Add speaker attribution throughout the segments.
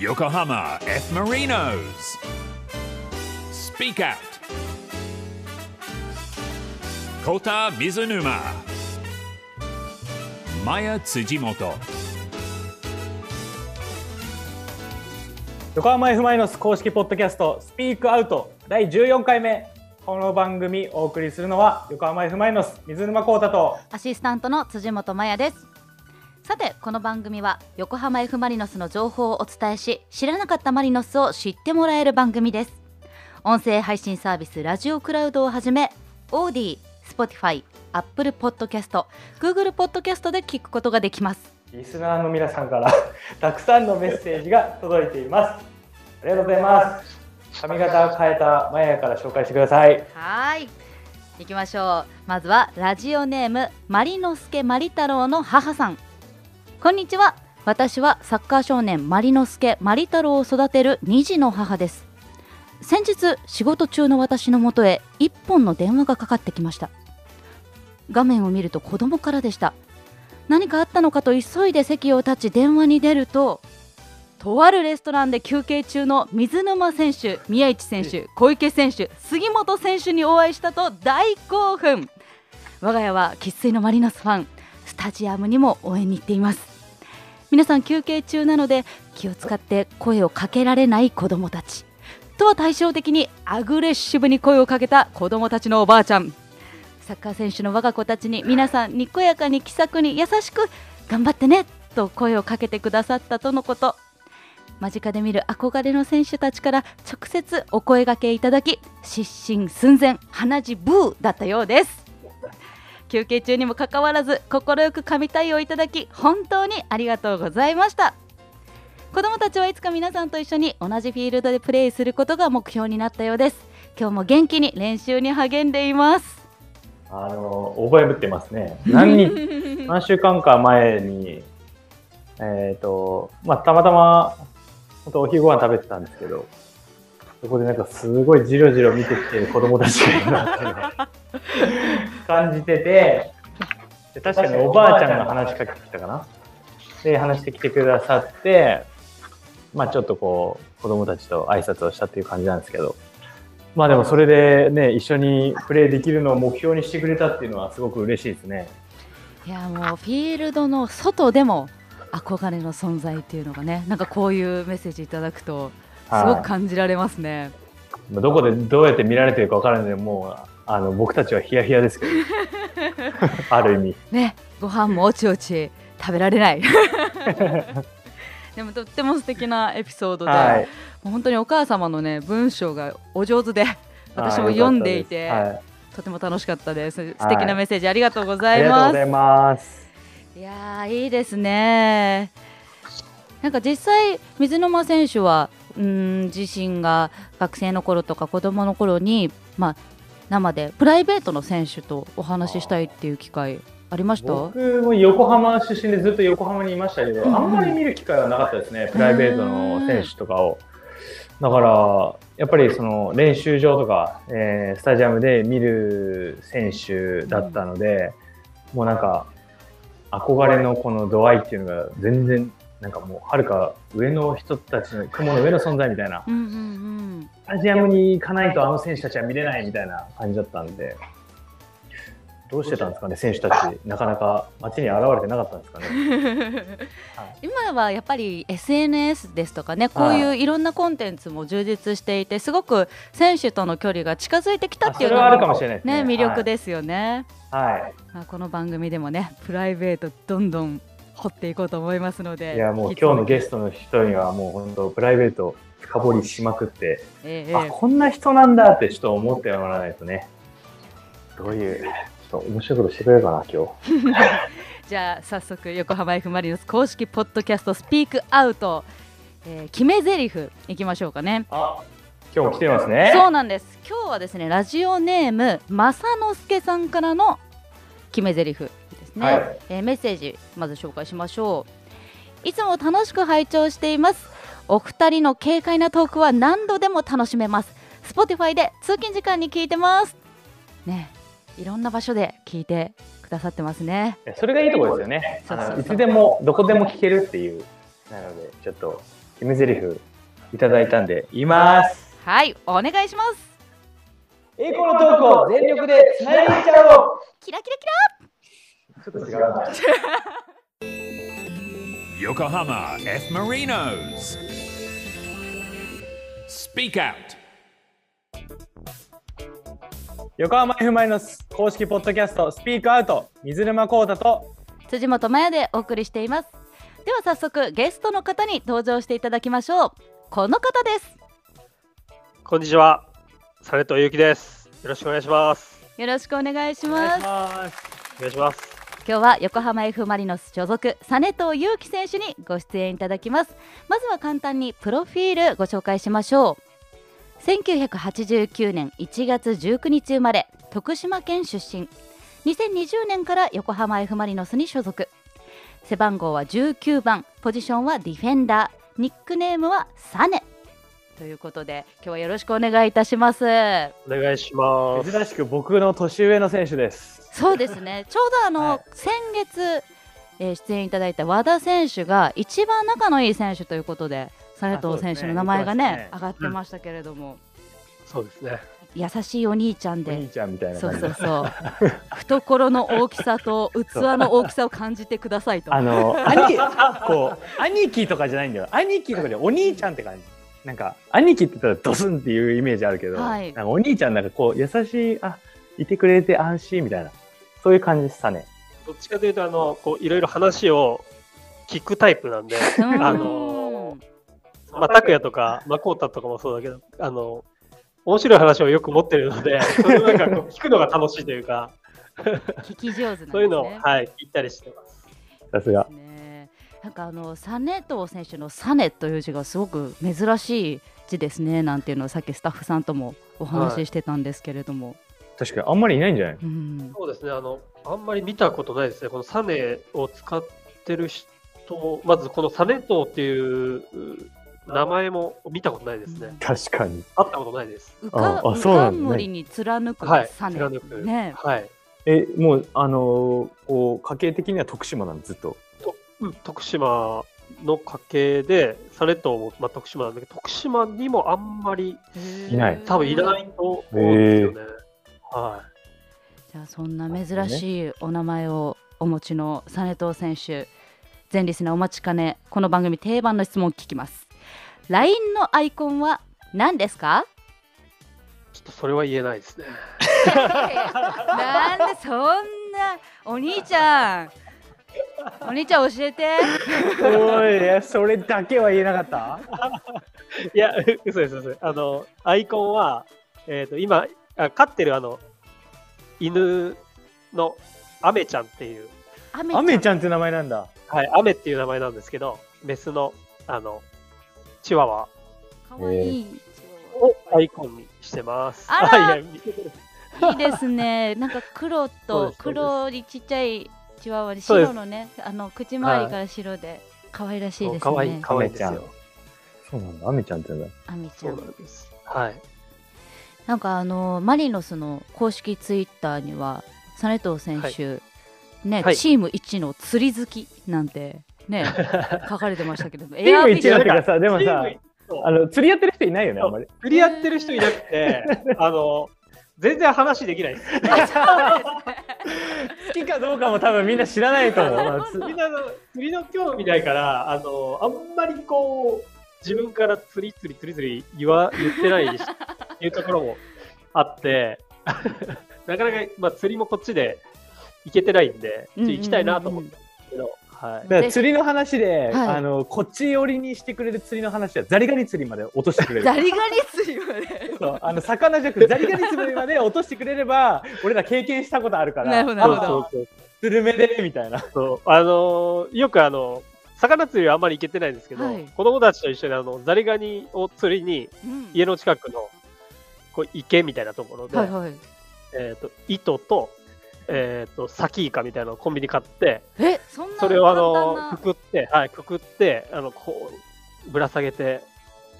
Speaker 1: Yokohama F. Marinos. Speak Out. Kota Mizunuma. Maya Tsujimoto.
Speaker 2: 横浜 F マイノス公式ポッドキャストスピークアウト第14回目この番組お送りするのは横浜 F マイノス水沼浩太と
Speaker 3: アシスタントの辻本麻也ですさてこの番組は横浜 F ・マリノスの情報をお伝えし知らなかったマリノスを知ってもらえる番組です音声配信サービスラジオクラウドをはじめオーディ、スポティファイ、アップルポッドキャスト、グーグルポッドキャストで聞くことができます
Speaker 2: リスナーの皆さんから たくさんのメッセージが届いていますありがとうございます髪型を変えたマヤから紹介してください
Speaker 3: はい行きましょうまずはラジオネームマリノスケマリ太郎の母さんこんにちは私はサッカー少年マリノスケマリ太郎を育てる2児の母です先日仕事中の私のもとへ1本の電話がかかってきました画面を見ると子供からでした何かあったのかと急いで席を立ち電話に出るととあるレストランで休憩中の水沼選手、宮市選手、小池選手、杉本選手にお会いしたと大興奮我が家は生粋のマリノスファンスタジアムにも応援に行っています皆さん休憩中なので気を使って声をかけられない子どもたちとは対照的にアグレッシブに声をかけた子どもたちのおばあちゃんサッカー選手の我が子たちに皆さんにこやかに気さくに優しく頑張ってねと声をかけてくださったとのこと間近で見る憧れの選手たちから直接お声掛けいただき失神寸前鼻血ブーだったようです休憩中にもかかわらず快く神対応いただき本当にありがとうございました子供たちはいつか皆さんと一緒に同じフィールドでプレーすることが目標になったようです今日も元気に練習に励んでいます
Speaker 2: あの覚えぶってますね何日何週間か前に、えっ、と、まあ、たまたま、本当お昼ご飯食べてたんですけど、そこでなんかすごいじろじろ見てきてる子供たちがいるなっていうのを感じてて、で確かにおばあちゃんが話しかけてきたかな。で、話してきてくださって、まあちょっとこう、子供たちと挨拶をしたっていう感じなんですけど、まあでもそれでね、一緒にプレーできるのを目標にしてくれたっていうのはすごく嬉しいですね。
Speaker 3: いやもうフィールドの外でも憧れの存在っていうのがねなんかこういうメッセージいただくとすご
Speaker 2: は
Speaker 3: く
Speaker 2: い
Speaker 3: 感じられますね、
Speaker 2: まあどこでどうやって見られてるか分からないので、もうあの僕たちはヒヤヒヤです けど、ある意味。
Speaker 3: ねご飯もおちおち食べられない でもとっても素敵なエピソードで、
Speaker 2: はい、
Speaker 3: もう本当にお母様のね文章がお上手で私も読んでいて、
Speaker 2: はいよかっ
Speaker 3: とても楽しかったです素敵なメッセージありがとうござ
Speaker 2: たですはいあり
Speaker 3: い
Speaker 2: がとう
Speaker 3: ま
Speaker 2: ございま
Speaker 3: す
Speaker 2: す。
Speaker 3: いやーいいですねなんか実際水沼選手はうーん自身が学生の頃とか子供の頃にまあ生でプライベートの選手とお話ししたいっていう機会ありました
Speaker 2: 僕も横浜出身でずっと横浜にいましたけど、
Speaker 3: うん
Speaker 2: あんまり見る機会はなかったですね、プライベートの選手とかを。だから、やっぱりその練習場とか、えースタジアムで見る選手だったので、もうなんか、憧れのこの度合いっていうのが全然、なんかもう、はるか上の人たちの、雲の上の存在みたいな、
Speaker 3: うんうんうん
Speaker 2: スタジアムに行かないとあの選手たちは見れないみたいな感じだったんで、どうしてたんですかね、選手たち、なかなか街に現れてなかったんですかね。
Speaker 3: 今はやっぱり SNS ですとかねこういういろんなコンテンツも充実していてすごく選手との距離が近づいてきたっていうの
Speaker 2: あそれはあるか
Speaker 3: も
Speaker 2: もしれないですね
Speaker 3: ね魅力ですよね、
Speaker 2: は
Speaker 3: まあ、この番組でもねプライベートどんどん掘っていこうと思いますの
Speaker 2: い、
Speaker 3: で
Speaker 2: いやもう
Speaker 3: 引き
Speaker 2: 今日の
Speaker 3: 続き
Speaker 2: ゲストの人にはもう本当プライベート深掘りしまくって、
Speaker 3: ええ
Speaker 2: あこんな人なんだってちょっと思ってもらわないとねどういうちょっと面白いことしてくれるかな今日
Speaker 3: ええじゃあ早速横浜 F ・マリノス公式ポッドキャストスピークアウト、えー、決め台詞いきましょうかね
Speaker 2: あ今日も来てますね
Speaker 3: そうなんです今日はですねラジオネーム正之助さんからの決め台詞ですね、
Speaker 2: はい
Speaker 3: えーメッセージまず紹介しましょういつも楽しく拝聴していますお二人の軽快なトークは何度でも楽しめます Spotify で通勤時間に聞いてますねいろんな場所で聞いてくださってますね
Speaker 2: それがいいところですよね
Speaker 3: そうそうそう
Speaker 2: あのいつでもどこでも聞けるっていうなのでちょっと決め台詞いただいたんで、言います。
Speaker 3: はい、お願いします。
Speaker 2: 英語のトークを全力でつないでいっちゃおう
Speaker 3: キラキラキラ。
Speaker 2: ちょっと違うな。
Speaker 1: Yokohama F. Marinos. Speak Out.
Speaker 2: 横浜 F ・マイノス公式ポッドキャストスピークアウト水沼孝太と
Speaker 3: 辻本麻也でお送りしていますでは早速ゲストの方に登場していただきましょうこの方です
Speaker 4: こんにちは。サレットゆうきです。よろしくお願いします。
Speaker 3: よろしくお願いし
Speaker 2: お
Speaker 3: ます
Speaker 2: ます
Speaker 4: お願いします。
Speaker 3: 今日は横浜 F ・マリノス所属実藤裕樹選手にご出演いただきますまずは簡単にプロフィールご紹介しましょう1989年1月19日生まれ徳島県出身2020年から横浜 F ・マリノスに所属背番号は19番ポジションはディフェンダーニックネームはサネということで今日はよろしくお願いいたします
Speaker 4: お願いします。
Speaker 2: 珍しく僕の年上の選手です
Speaker 3: そうですね。ちょうどあの、
Speaker 2: はい
Speaker 3: 先月、えー出演いただいた和田選手が一番仲のいい選手ということで、佐藤選手の名前がね
Speaker 2: あ
Speaker 3: 上がってましたけれども、
Speaker 4: そうですね。
Speaker 3: 優しいお兄ちゃん
Speaker 2: お兄
Speaker 3: で。
Speaker 2: ちゃんみたいな
Speaker 3: そ
Speaker 2: 感
Speaker 3: う
Speaker 2: じ
Speaker 3: そうそう懐の大きさと器の大きさを感じてくださいと
Speaker 2: あの兄貴こう兄貴とかじゃないんだよ兄貴とかでお兄ちゃんって感じなんか兄貴って言ったらドスンっていうイメージあるけど、
Speaker 3: はい
Speaker 2: なんかお兄ちゃんなんかこう優しいあいてくれて安心みたいなそういう感じですたね
Speaker 4: どっちかというと、あの、こう、いろいろ話を聞くタイ プなんで、
Speaker 3: うん
Speaker 4: あのまあ、拓也とか、まあ、こうたとかもそうだけど、あの、面白い話をよく持ってる ので、それをなんかこう、聞くのが楽しいというか、
Speaker 3: 聞き上手なんですね
Speaker 4: そういうのを、はい、聞いたりしてます。
Speaker 2: さすが
Speaker 3: ねなんかあのサネト選手のサネという字がすごく珍しい字ですねなんていうのをさっきスタッフさんともお話ししてたんですけれども、
Speaker 2: 確かにあんまりいないんじゃない
Speaker 3: うん
Speaker 4: そうですね。あの、あんまり見たことないですね。このサネを使ってる人、まずこのサネトっていう名前も見たことないですね。
Speaker 2: 確かに
Speaker 4: 会ったことないです。
Speaker 3: うか
Speaker 2: ああ
Speaker 3: う
Speaker 2: そう
Speaker 3: か
Speaker 2: なん
Speaker 3: ん
Speaker 2: だ
Speaker 3: むりに貫く
Speaker 4: はい。
Speaker 3: サネ、
Speaker 4: 貫く
Speaker 3: ね
Speaker 4: はい。
Speaker 2: えもうあのーこう家系的には徳島なのずっと
Speaker 4: うん徳島の家系で、サレトも、まあ、徳島なんだけど、徳島にもあんまり
Speaker 2: いない
Speaker 4: 多分いないと思うんですよね。は
Speaker 3: じゃあそんな珍しいお名前をお持ちのサネト選手前リスナーお待ちかねこの番組定番の質問を聞きます LINE のアイコンは何ですか
Speaker 4: い。ちょっとそれは言えないですね。
Speaker 3: なんでそんなお兄ちゃんお兄ちゃん教えて
Speaker 2: おいそれだけは言えなかっ
Speaker 4: いや、う嘘です、嘘です。あの、アイコンは、えっ、と、今、あ飼ってるあの、犬のアメちゃんっていう、
Speaker 3: ア
Speaker 2: アメち
Speaker 3: ゃん
Speaker 2: ゃんって名前なんだ
Speaker 4: はい、アメっていう名前なんですけど、メスの、あの、チワワ
Speaker 3: かわいい、
Speaker 4: をアイコンにしてます。
Speaker 3: あら
Speaker 4: いや見せてる
Speaker 3: いいですね。なんか黒
Speaker 4: そう
Speaker 3: と
Speaker 4: です
Speaker 3: 黒にちっちゃいチワワで
Speaker 4: そうです
Speaker 3: 白のね、あの口周りが白で可愛らしいですね。
Speaker 4: かわいい、かわいいです
Speaker 2: アメ
Speaker 4: よ。
Speaker 2: そうなんだアメちゃんってなんだ
Speaker 3: アミち
Speaker 4: そ
Speaker 3: ゃ。
Speaker 4: うなんんです。はい。
Speaker 3: なんかあのマリノスの公式ツイッターにはサネトウ選手、ね、
Speaker 4: はい
Speaker 3: チーム一の釣り好きなんてね書かれてましたけど、チ
Speaker 2: チーム一だっ
Speaker 4: だってて
Speaker 2: か
Speaker 4: か
Speaker 2: さでも
Speaker 4: チ
Speaker 2: さ
Speaker 4: ームそう
Speaker 2: あの釣りやってる人いないよねあ
Speaker 4: そうん
Speaker 2: まり
Speaker 4: 釣りやってる人いなくて、 あの、全然話できないです。
Speaker 2: 好きかどうかも多分みんな知らないと 思うまあつ
Speaker 4: みんなあの釣りの興味ないからあのあんまりこう自分から釣り釣り釣り釣り言わ言ってないしいうところもあって なかなか、まあ、釣りもこっちで行けてないんでちょっと行きたいなと思ってたんですけど、は
Speaker 2: だ
Speaker 4: い、
Speaker 2: から釣りの話で、
Speaker 3: はい
Speaker 2: あのこっち寄りにしてくれる釣りの話はザリガニ釣りまで落としてくれる
Speaker 3: ザリガニ釣りはね。
Speaker 2: そうあの魚じゃなくてザリガニ釣りまで落としてくれれば 俺ら経験したことあるから
Speaker 3: なるほどなるほど
Speaker 2: そうそうそうスルメでみ たいな
Speaker 4: そうあのよくあの魚釣りはあんまり行けてないんですけど、
Speaker 3: はい
Speaker 4: 子供たちと一緒にあのザリガニを釣りに
Speaker 3: うん
Speaker 4: 家の近くのこう池みたいなところで、
Speaker 3: はいはい。
Speaker 4: えー、と糸と,、えー、とサキイカみたいなのをコンビニ買って
Speaker 3: え、そんな
Speaker 4: それをあ
Speaker 3: 簡単
Speaker 4: の
Speaker 3: な
Speaker 4: くくって、はい、くくってあのこうぶら下げて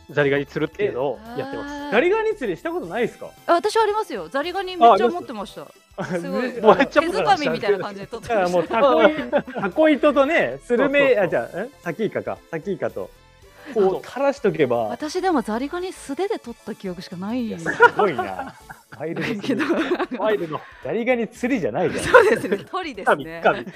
Speaker 4: ザリガニ釣るっていうのをやってます。
Speaker 3: あー
Speaker 2: ザリガニ釣りしたことないで すか
Speaker 3: あ私ありますよ。ザリガニめっちゃ持ってました。すごい。
Speaker 4: めっちゃ
Speaker 3: 手
Speaker 4: 持って
Speaker 3: づ
Speaker 4: ま
Speaker 3: か
Speaker 4: した
Speaker 3: みみたいな感じで撮って
Speaker 2: だか
Speaker 3: ま
Speaker 2: ら
Speaker 3: し
Speaker 2: も
Speaker 3: た
Speaker 2: う。タコイタコ糸とねスルメ
Speaker 4: そうそうそう
Speaker 2: あじゃあえサキイカかサキイカとこう垂らしとけば、
Speaker 3: 私でもザリガニ素手で取った記憶しかない
Speaker 2: い
Speaker 3: で
Speaker 2: やす
Speaker 3: す
Speaker 2: ごい な。ワイルドすぎ
Speaker 3: けど
Speaker 2: る。
Speaker 4: ワイルド。
Speaker 2: ザリガニ釣りじゃないじゃん。
Speaker 3: そうですね鳥で
Speaker 4: カ
Speaker 3: す
Speaker 4: ビ、
Speaker 3: ね
Speaker 4: カビ。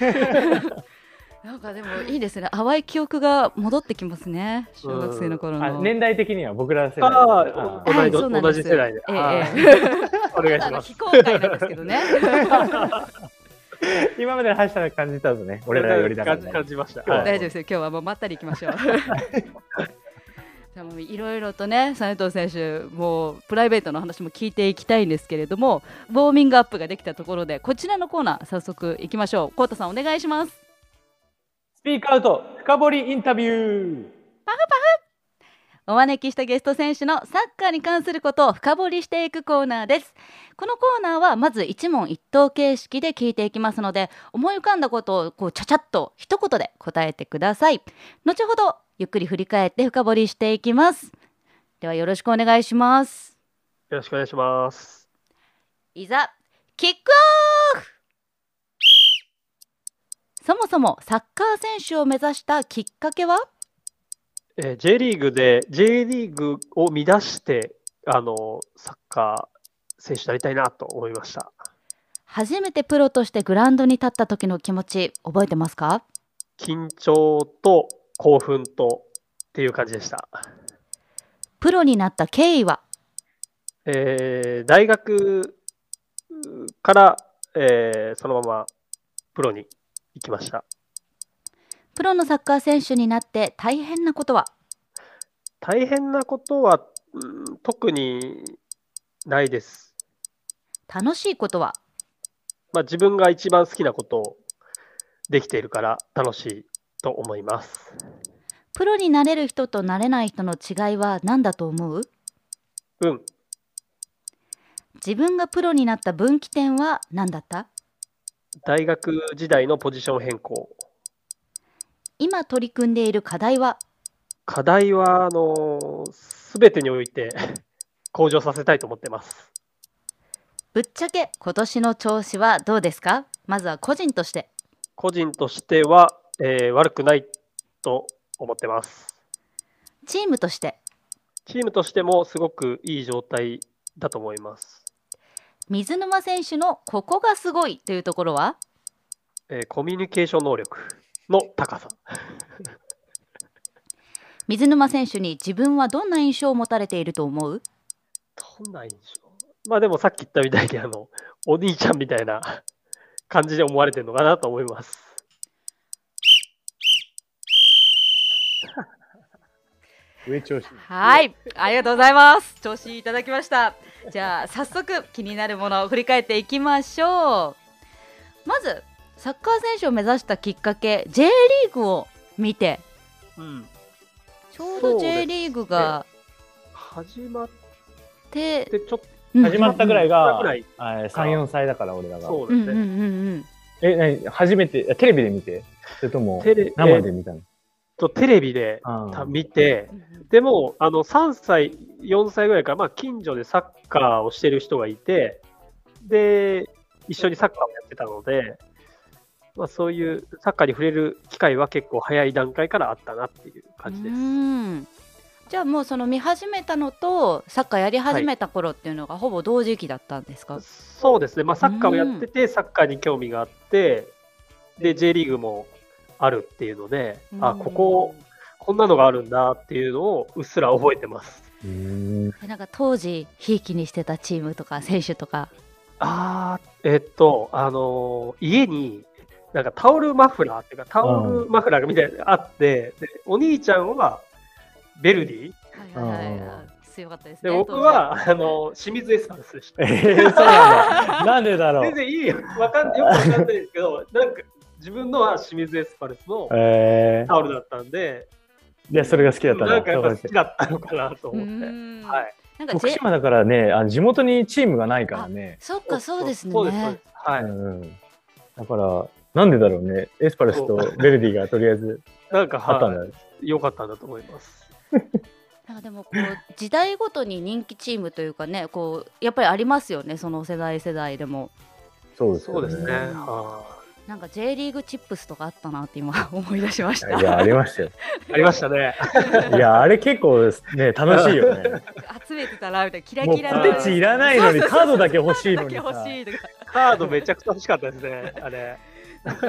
Speaker 3: なんかでもいいですね淡い記憶が戻ってきますね小学生の頃
Speaker 5: あ
Speaker 3: の
Speaker 5: 年代的には僕ら世代
Speaker 4: あー
Speaker 5: あ
Speaker 4: 同
Speaker 5: ー
Speaker 4: い
Speaker 3: はい
Speaker 4: ど
Speaker 3: そうなんです
Speaker 4: 同じ世代で
Speaker 3: ええ
Speaker 4: はい
Speaker 3: ええ
Speaker 4: お願
Speaker 3: あ
Speaker 4: い しま
Speaker 3: の
Speaker 4: す
Speaker 3: 非。公開 なんですけどね
Speaker 5: 今までの話したら感じたぞね俺らよりだから
Speaker 4: 感じ
Speaker 5: ね
Speaker 4: 感じました。
Speaker 5: は
Speaker 3: 大丈夫ですよ今日はもうまったりいきましょうじゃあもういろいろとね斉藤選手もうプライベートの話も聞いていきたいんですけれどもウォーミングアップができたところでこちらのコーナー早速いきましょうコウタさんお願いします
Speaker 5: スピークアウト深掘りインタビュー
Speaker 3: お招きしたゲスト選手のサッカーに関することを深掘りしていくコーナーですこのコーナーはまず一問一答形式で聞いていきますので思い浮かんだことをこうちゃちゃっと一言で答えてください後ほどゆっくり振り返って深掘りしていきますではよろしくお願いします
Speaker 4: よろしくお願いします。
Speaker 3: いざキックオフそもそもサッカー選手を目指したきっかけは
Speaker 4: えー J リーグで J リーグを乱してあのサッカー選手になりたいなと思いました。
Speaker 3: 初めてプロとしてグラウンドに立った時の気持ち覚えてますか
Speaker 4: 緊張と興奮とっていう感じでした。
Speaker 3: プロになった経緯は
Speaker 4: えー大学から、えーそのままプロに行きました。
Speaker 3: プロのサッカー選手になって大変なことは
Speaker 4: 大変なことは、うん特にないです。
Speaker 3: 楽しいことは
Speaker 4: まあ、自分が一番好きなことをできているから楽しいと思います。
Speaker 3: プロになれる人となれない人の違いは何だと思う
Speaker 4: うん。
Speaker 3: 自分がプロになった分岐点は何だった
Speaker 4: 大学時代のポジション変更。
Speaker 3: 今取り組んでいる課題は
Speaker 4: 課題は、あのすべてにおいて 向上させたいと思ってます。
Speaker 3: ぶっちゃけ今年の調子はどうですかまずは個人として
Speaker 4: 個人としては、えー悪くないと思ってます。
Speaker 3: チームとして
Speaker 4: チームとしてもすごくいい状態だと思います。
Speaker 3: 水沼選手のここがすごいというところは
Speaker 4: えーコミュニケーション能力の高さ。
Speaker 3: 水沼選手に自分はどんな印象を持たれていると思う
Speaker 4: どんな印象まあでもさっき言ったみたいに、あの、お兄ちゃんみたいな 感じで思われてるのかなと思います。
Speaker 2: 上調子。
Speaker 3: はい、ありがとうございます。調子いただきました。じゃあ早速気になるものを振り返っていきましょう。まずサッカー選手を目指したきっかけ、J リーグを見て、
Speaker 4: うん。
Speaker 3: ちょう
Speaker 4: そ
Speaker 3: ど
Speaker 4: うです
Speaker 3: J リーグが
Speaker 4: 始まっ
Speaker 3: 手
Speaker 4: てちょっと
Speaker 3: うん
Speaker 5: 始まったぐらいが
Speaker 4: ぐらい。
Speaker 5: 34歳だから俺らが
Speaker 4: そう
Speaker 3: う
Speaker 4: で
Speaker 3: んうんう
Speaker 4: すね。
Speaker 3: んうん。
Speaker 5: え何初めてテレビで見てそれとも
Speaker 4: テレ
Speaker 5: 生で見たの、
Speaker 4: とテレビで
Speaker 5: あ
Speaker 4: た
Speaker 5: ー
Speaker 4: 見て、でも、あの3歳、4歳ぐらいから、まあ、近所でサッカーをしてる人がいて、で、一緒にサッカーをやってたので、まあ、そういうサッカーに触れる機会は結構早い段階からあったなっていう感じで
Speaker 3: う
Speaker 4: す。
Speaker 3: んじゃあもうその見始めたのとサッカーやり始めた頃っていうのがほぼ同時期だったんですか。
Speaker 4: そうですね、まあ、サッカーをやってて、サッカーに興味があって、で、J リーグもあるっていうので、あ、ここ、こんなのがあるんだっていうのをうっすら覚えてます。
Speaker 5: うーん
Speaker 3: でなんか当時ひいきにしてたチームとか選手とか。
Speaker 4: あーえっと、あのー家に、なんかタオルマフラーっていうか、タオルマフラーみたいなのがあって、でお兄ちゃんはベルディ、
Speaker 3: はい
Speaker 5: はいはいはいあ
Speaker 3: 強かったです
Speaker 4: で僕は、あのー清水エスパルスでした。
Speaker 5: えー、そうなんだなんでだろ
Speaker 4: 全
Speaker 5: う
Speaker 4: 然いいよ、わかんよくわかんないですけど、なんか自分のは清水エスパルスの
Speaker 5: え
Speaker 4: タオルだったんで、
Speaker 5: ー、でそれが好きだったんだ
Speaker 4: なんかやっぱ好きだったのかなと
Speaker 3: う
Speaker 4: 思って。
Speaker 3: ん
Speaker 4: はい
Speaker 3: なんか
Speaker 5: 徳
Speaker 3: J
Speaker 5: 島だからねあの地元にチームがないからね
Speaker 3: そっかそうですね
Speaker 4: そうです、そうですはい。
Speaker 5: うん、だからなんでだろうねエスパルスとベルディがとりあえず
Speaker 4: なんか、
Speaker 5: あったんだ
Speaker 4: は
Speaker 5: よ、
Speaker 4: い、良かったんだと思います。
Speaker 3: なんかでもこう時代ごとに人気チームというかねこうやっぱりありますよねその世代世代でも
Speaker 5: そうです
Speaker 4: そ
Speaker 5: よ
Speaker 4: うですね。
Speaker 5: ね
Speaker 4: は
Speaker 3: なんか J リーグチップスとかあったなって今 思い出しました。
Speaker 2: いや、ありましたよ。
Speaker 4: ありましたね。
Speaker 2: いや、あれ結構ね、楽しいよね。
Speaker 3: 集めてたらみたいなキラ
Speaker 2: もう
Speaker 3: キラ
Speaker 2: ポ
Speaker 3: の。
Speaker 2: テチいらないのに
Speaker 3: そうそうそう
Speaker 2: カードだけ欲しいのに
Speaker 3: カードだ
Speaker 2: さ
Speaker 3: け。欲しいとか
Speaker 4: カードめちゃくちゃ欲しかったです ね。あれ。
Speaker 3: なんか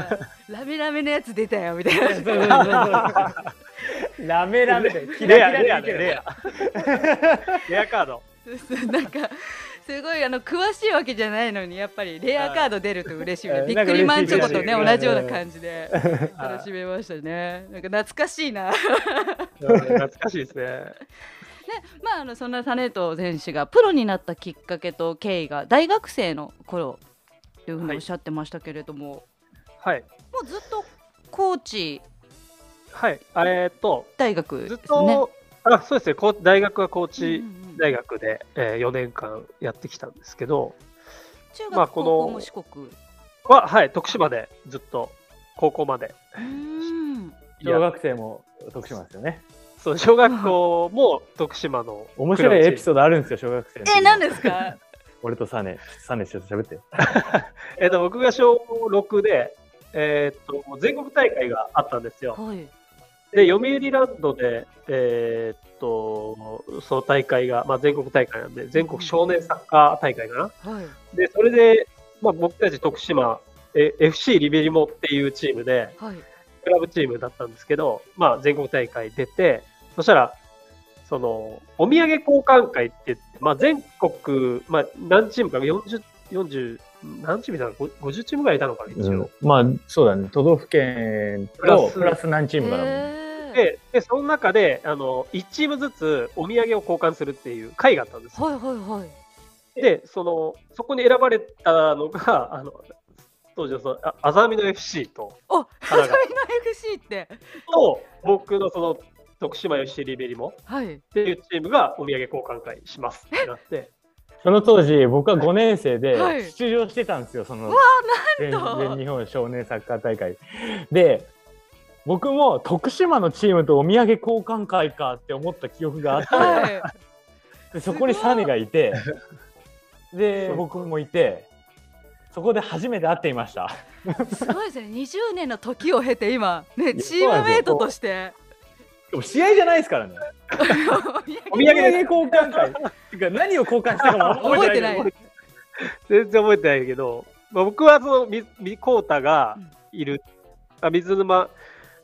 Speaker 3: ラメラメのやつ出たよみたいな。
Speaker 2: ラメラメでキ
Speaker 4: レ
Speaker 2: ラ
Speaker 4: ア、
Speaker 2: キ
Speaker 4: レ
Speaker 2: ラ
Speaker 4: ア
Speaker 2: でいけ
Speaker 4: ね、
Speaker 2: る
Speaker 4: レ ア。レアカード。
Speaker 3: そうそうなんかすごいあの詳しいわけじゃないのにやっぱりレアカード出ると嬉しいみたいな
Speaker 2: はい
Speaker 3: びっくりマンチョコと
Speaker 2: な
Speaker 3: ね
Speaker 2: んか
Speaker 3: 同
Speaker 2: 嬉
Speaker 3: じ
Speaker 2: しい
Speaker 3: よう
Speaker 2: 嬉しい
Speaker 3: な感じで 楽しめましたねなんか懐かしいなね
Speaker 4: 懐かしいですね。
Speaker 3: まああのそんな種藤選手がプロになったきっかけと経緯が大学生の頃というふうにおっしゃってましたけれども、
Speaker 4: はい。
Speaker 3: もうずっと高知
Speaker 4: はい。えーっと、
Speaker 3: 大学です
Speaker 4: ず
Speaker 3: ね
Speaker 4: っと、あ、そうですね。こう大学は高知
Speaker 3: うんうんうん
Speaker 4: 大学で、えー、4年間やってきたんですけど、
Speaker 3: 中
Speaker 4: まあ
Speaker 3: 学
Speaker 4: こ
Speaker 3: 高
Speaker 4: の
Speaker 3: 校も四国
Speaker 4: は、はい、徳島でずっと高校まで。
Speaker 3: うーん
Speaker 2: 小学生も徳島ですよね。
Speaker 4: そう、小学校も徳島の。
Speaker 2: 面白いエピソードあるんですよ、小学生の時の。
Speaker 3: え何ですか
Speaker 2: 俺とサネ、サネちょっと喋って。
Speaker 4: えっと、僕が小6で、えーっと、全国大会があったんですよ。
Speaker 3: はい
Speaker 4: で、読売ランドで、えーっと、その大会が、まあ、全国大会なんで、全国少年サッカー大会かな。
Speaker 3: はい
Speaker 4: で、それで、まあ、僕たち徳島、え FC リベリモっていうチームで、
Speaker 3: はい
Speaker 4: クラブチームだったんですけど、まあ、全国大会出て、そしたら、その、お土産交換会って言って、まあ、全国、まあ、何チームか、40、40、何チームいたの ?50 チームぐらいいたのかな、一応。
Speaker 2: まあ、そうだね。都道府県
Speaker 4: プラス
Speaker 2: ス何チ
Speaker 3: へー
Speaker 4: で、でその中で、あの、1チームずつお土産を交換するっていう会があったんですよ。
Speaker 3: はいはいはい
Speaker 4: で、その、そこに選ばれたのが、 あの、当時のその、ああざみの FC と、
Speaker 3: お、ハ
Speaker 4: 花
Speaker 3: サ
Speaker 4: が
Speaker 3: ミの FC って。
Speaker 4: と、僕のその、徳島 FC リベリモ
Speaker 3: はい。
Speaker 4: っていうチームがお土産交換会しますってなって、
Speaker 2: その当時、僕は5年生で
Speaker 3: はい
Speaker 2: 出場してたんですよ、その全
Speaker 3: と
Speaker 2: 全日本少年サッカー大会。で、僕も徳島のチームとお土産交換会かって思った記憶があって、
Speaker 3: はい。
Speaker 2: でそこにサネがいて、で、僕もいて、そこで初めて会っていました。
Speaker 3: すごいですね。20年の時を経て今、ね、
Speaker 2: いや
Speaker 3: チームメイトとして。
Speaker 2: でも試合じゃないですからね。
Speaker 4: お
Speaker 2: お
Speaker 4: 土
Speaker 2: 土
Speaker 4: 産
Speaker 2: 産
Speaker 4: です
Speaker 2: 交換 会。てか何を交換したかも
Speaker 3: 覚えてない。
Speaker 2: 覚
Speaker 3: はい。
Speaker 4: 全然覚えてないけど、まあ、僕はそのみみこうたがいる、あ水沼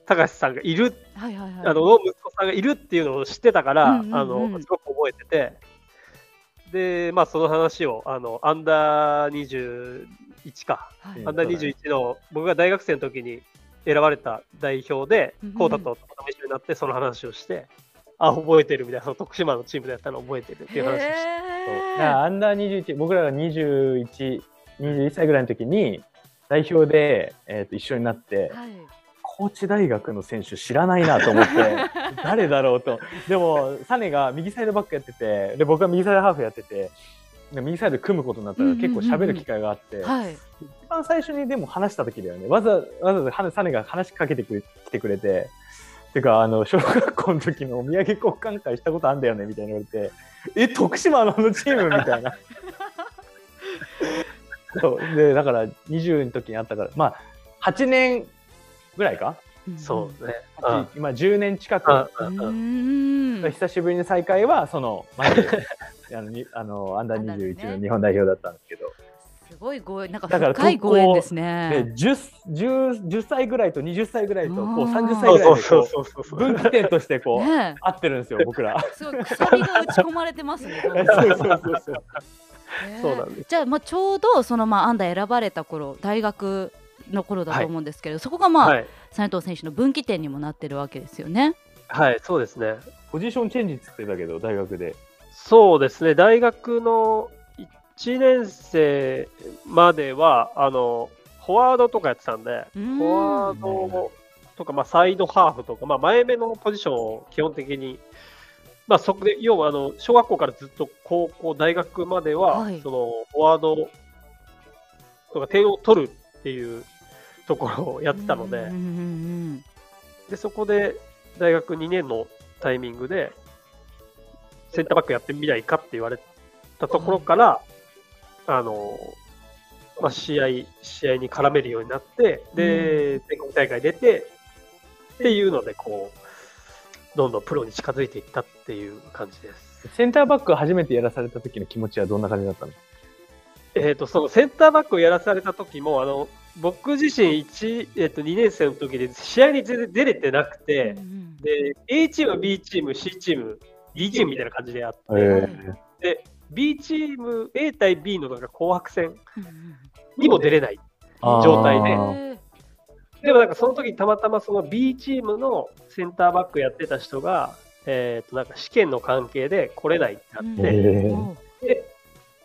Speaker 4: 隆さんがいる、
Speaker 3: はいはい。
Speaker 4: あのの息子さんがいるっていうのを知ってたから、
Speaker 3: うんうんうん
Speaker 4: あのすごく覚えてて、で、まあ、その話をあのアンダー21か、
Speaker 3: はい、
Speaker 4: アンダー21の僕が大学生の時に選ばれた代表で
Speaker 3: うんうん、
Speaker 4: こうたと一緒になって、その話をして、あ、覚えてるみたいな、その徳島のチームでやったの覚えてるっていう話をして。
Speaker 2: だか
Speaker 3: へー
Speaker 2: らアンダー21僕らが2121歳ぐらいの時に代表で、えーと一緒になって
Speaker 3: はい。
Speaker 2: 高知大学の選手知らないなと思って誰だろうとでもサネが右サイドバックやっててで僕が右サイドハーフやっててで右サイド組むことになったら結構喋る機会があって、
Speaker 3: はい。
Speaker 2: 一番最初にでも話した時だよねわざわざわざサネが話しかけてくれ来てくれててかあの小学校の時のお土産交換会したことあんだよねみたいに言われてえ徳島のあのチームみたい なそうでだから20の時にあったからまあ8年ぐらいか
Speaker 4: そうね。
Speaker 2: 8今10年近く
Speaker 3: うん。う
Speaker 4: うん
Speaker 3: ーん。
Speaker 2: 久しぶりの再会はその前 であのにあのアンダー21の日本代表だったんですけど
Speaker 3: すごいご縁、なんか
Speaker 2: だから
Speaker 3: 深いご縁です
Speaker 2: で
Speaker 3: ね。
Speaker 2: 10, 10, 10歳ぐらいと20歳ぐらいとこう
Speaker 3: あー
Speaker 2: 30歳
Speaker 4: そう
Speaker 2: ぐらい
Speaker 4: そう
Speaker 2: で
Speaker 4: そう
Speaker 2: こ
Speaker 4: そうそう
Speaker 2: う
Speaker 4: そう。
Speaker 2: 分岐点としてこう
Speaker 3: ね
Speaker 2: 合ってるん ですよ僕ら。
Speaker 3: え、すごい鎖が打ち込まれてます ね。
Speaker 2: そうそうそうそう
Speaker 3: ね
Speaker 4: そうなんです
Speaker 3: じゃあ、まあ、ちょうどそのまあアンダー選ばれた頃大学の頃だと思うんですけど、そこがまあ、
Speaker 4: はい、
Speaker 3: 斉藤選手の分岐点にもなってるわけですよね。
Speaker 4: はい、そうですね。
Speaker 2: ポジションチェンジっつってたけど大学で
Speaker 4: そうですね。大学の1年生までは、あの、フォワードとかやってたんで、
Speaker 3: う
Speaker 4: フォワ
Speaker 3: ーん
Speaker 4: ードとか、まあ、サイドハーフとか、まあ、前目のポジションを基本的に、まあ、そこで、要は、あの、小学校からずっと高校、大学までは、
Speaker 3: はい
Speaker 4: その、フォワードとか、点を取るっていうところをやってたので、
Speaker 3: うんうんうん
Speaker 4: で、そこで大学2年のタイミングで、センターバックやってみないかって言われたところから、あの、まあ、試合、試合に絡めるようになって、で、全国大会出て、っていうので、こう、どんどんプロに近づいていったっていう感じです。
Speaker 2: センターバック初めてやらされた時の気持ちはどんな感じだったの
Speaker 4: えっ、と、そのセンターバックをやらされた時も、あの、僕自身1、えっ、と、2年生の時で試合に全然出れてなくて、
Speaker 3: うん
Speaker 4: で、A チーム、B チーム、C チーム、D チームみたいな感じでやって、
Speaker 3: うん
Speaker 2: え
Speaker 4: で、B チーム、A 対 B のなんか紅白戦
Speaker 3: うんうん
Speaker 4: にも出れない。
Speaker 2: ー
Speaker 4: 状態で
Speaker 3: へ
Speaker 4: でもなんかその時たまたまその B チームのセンターバックやってた人が、えー、となんか試験の関係で来れないってなって、
Speaker 3: ー
Speaker 2: え
Speaker 3: おう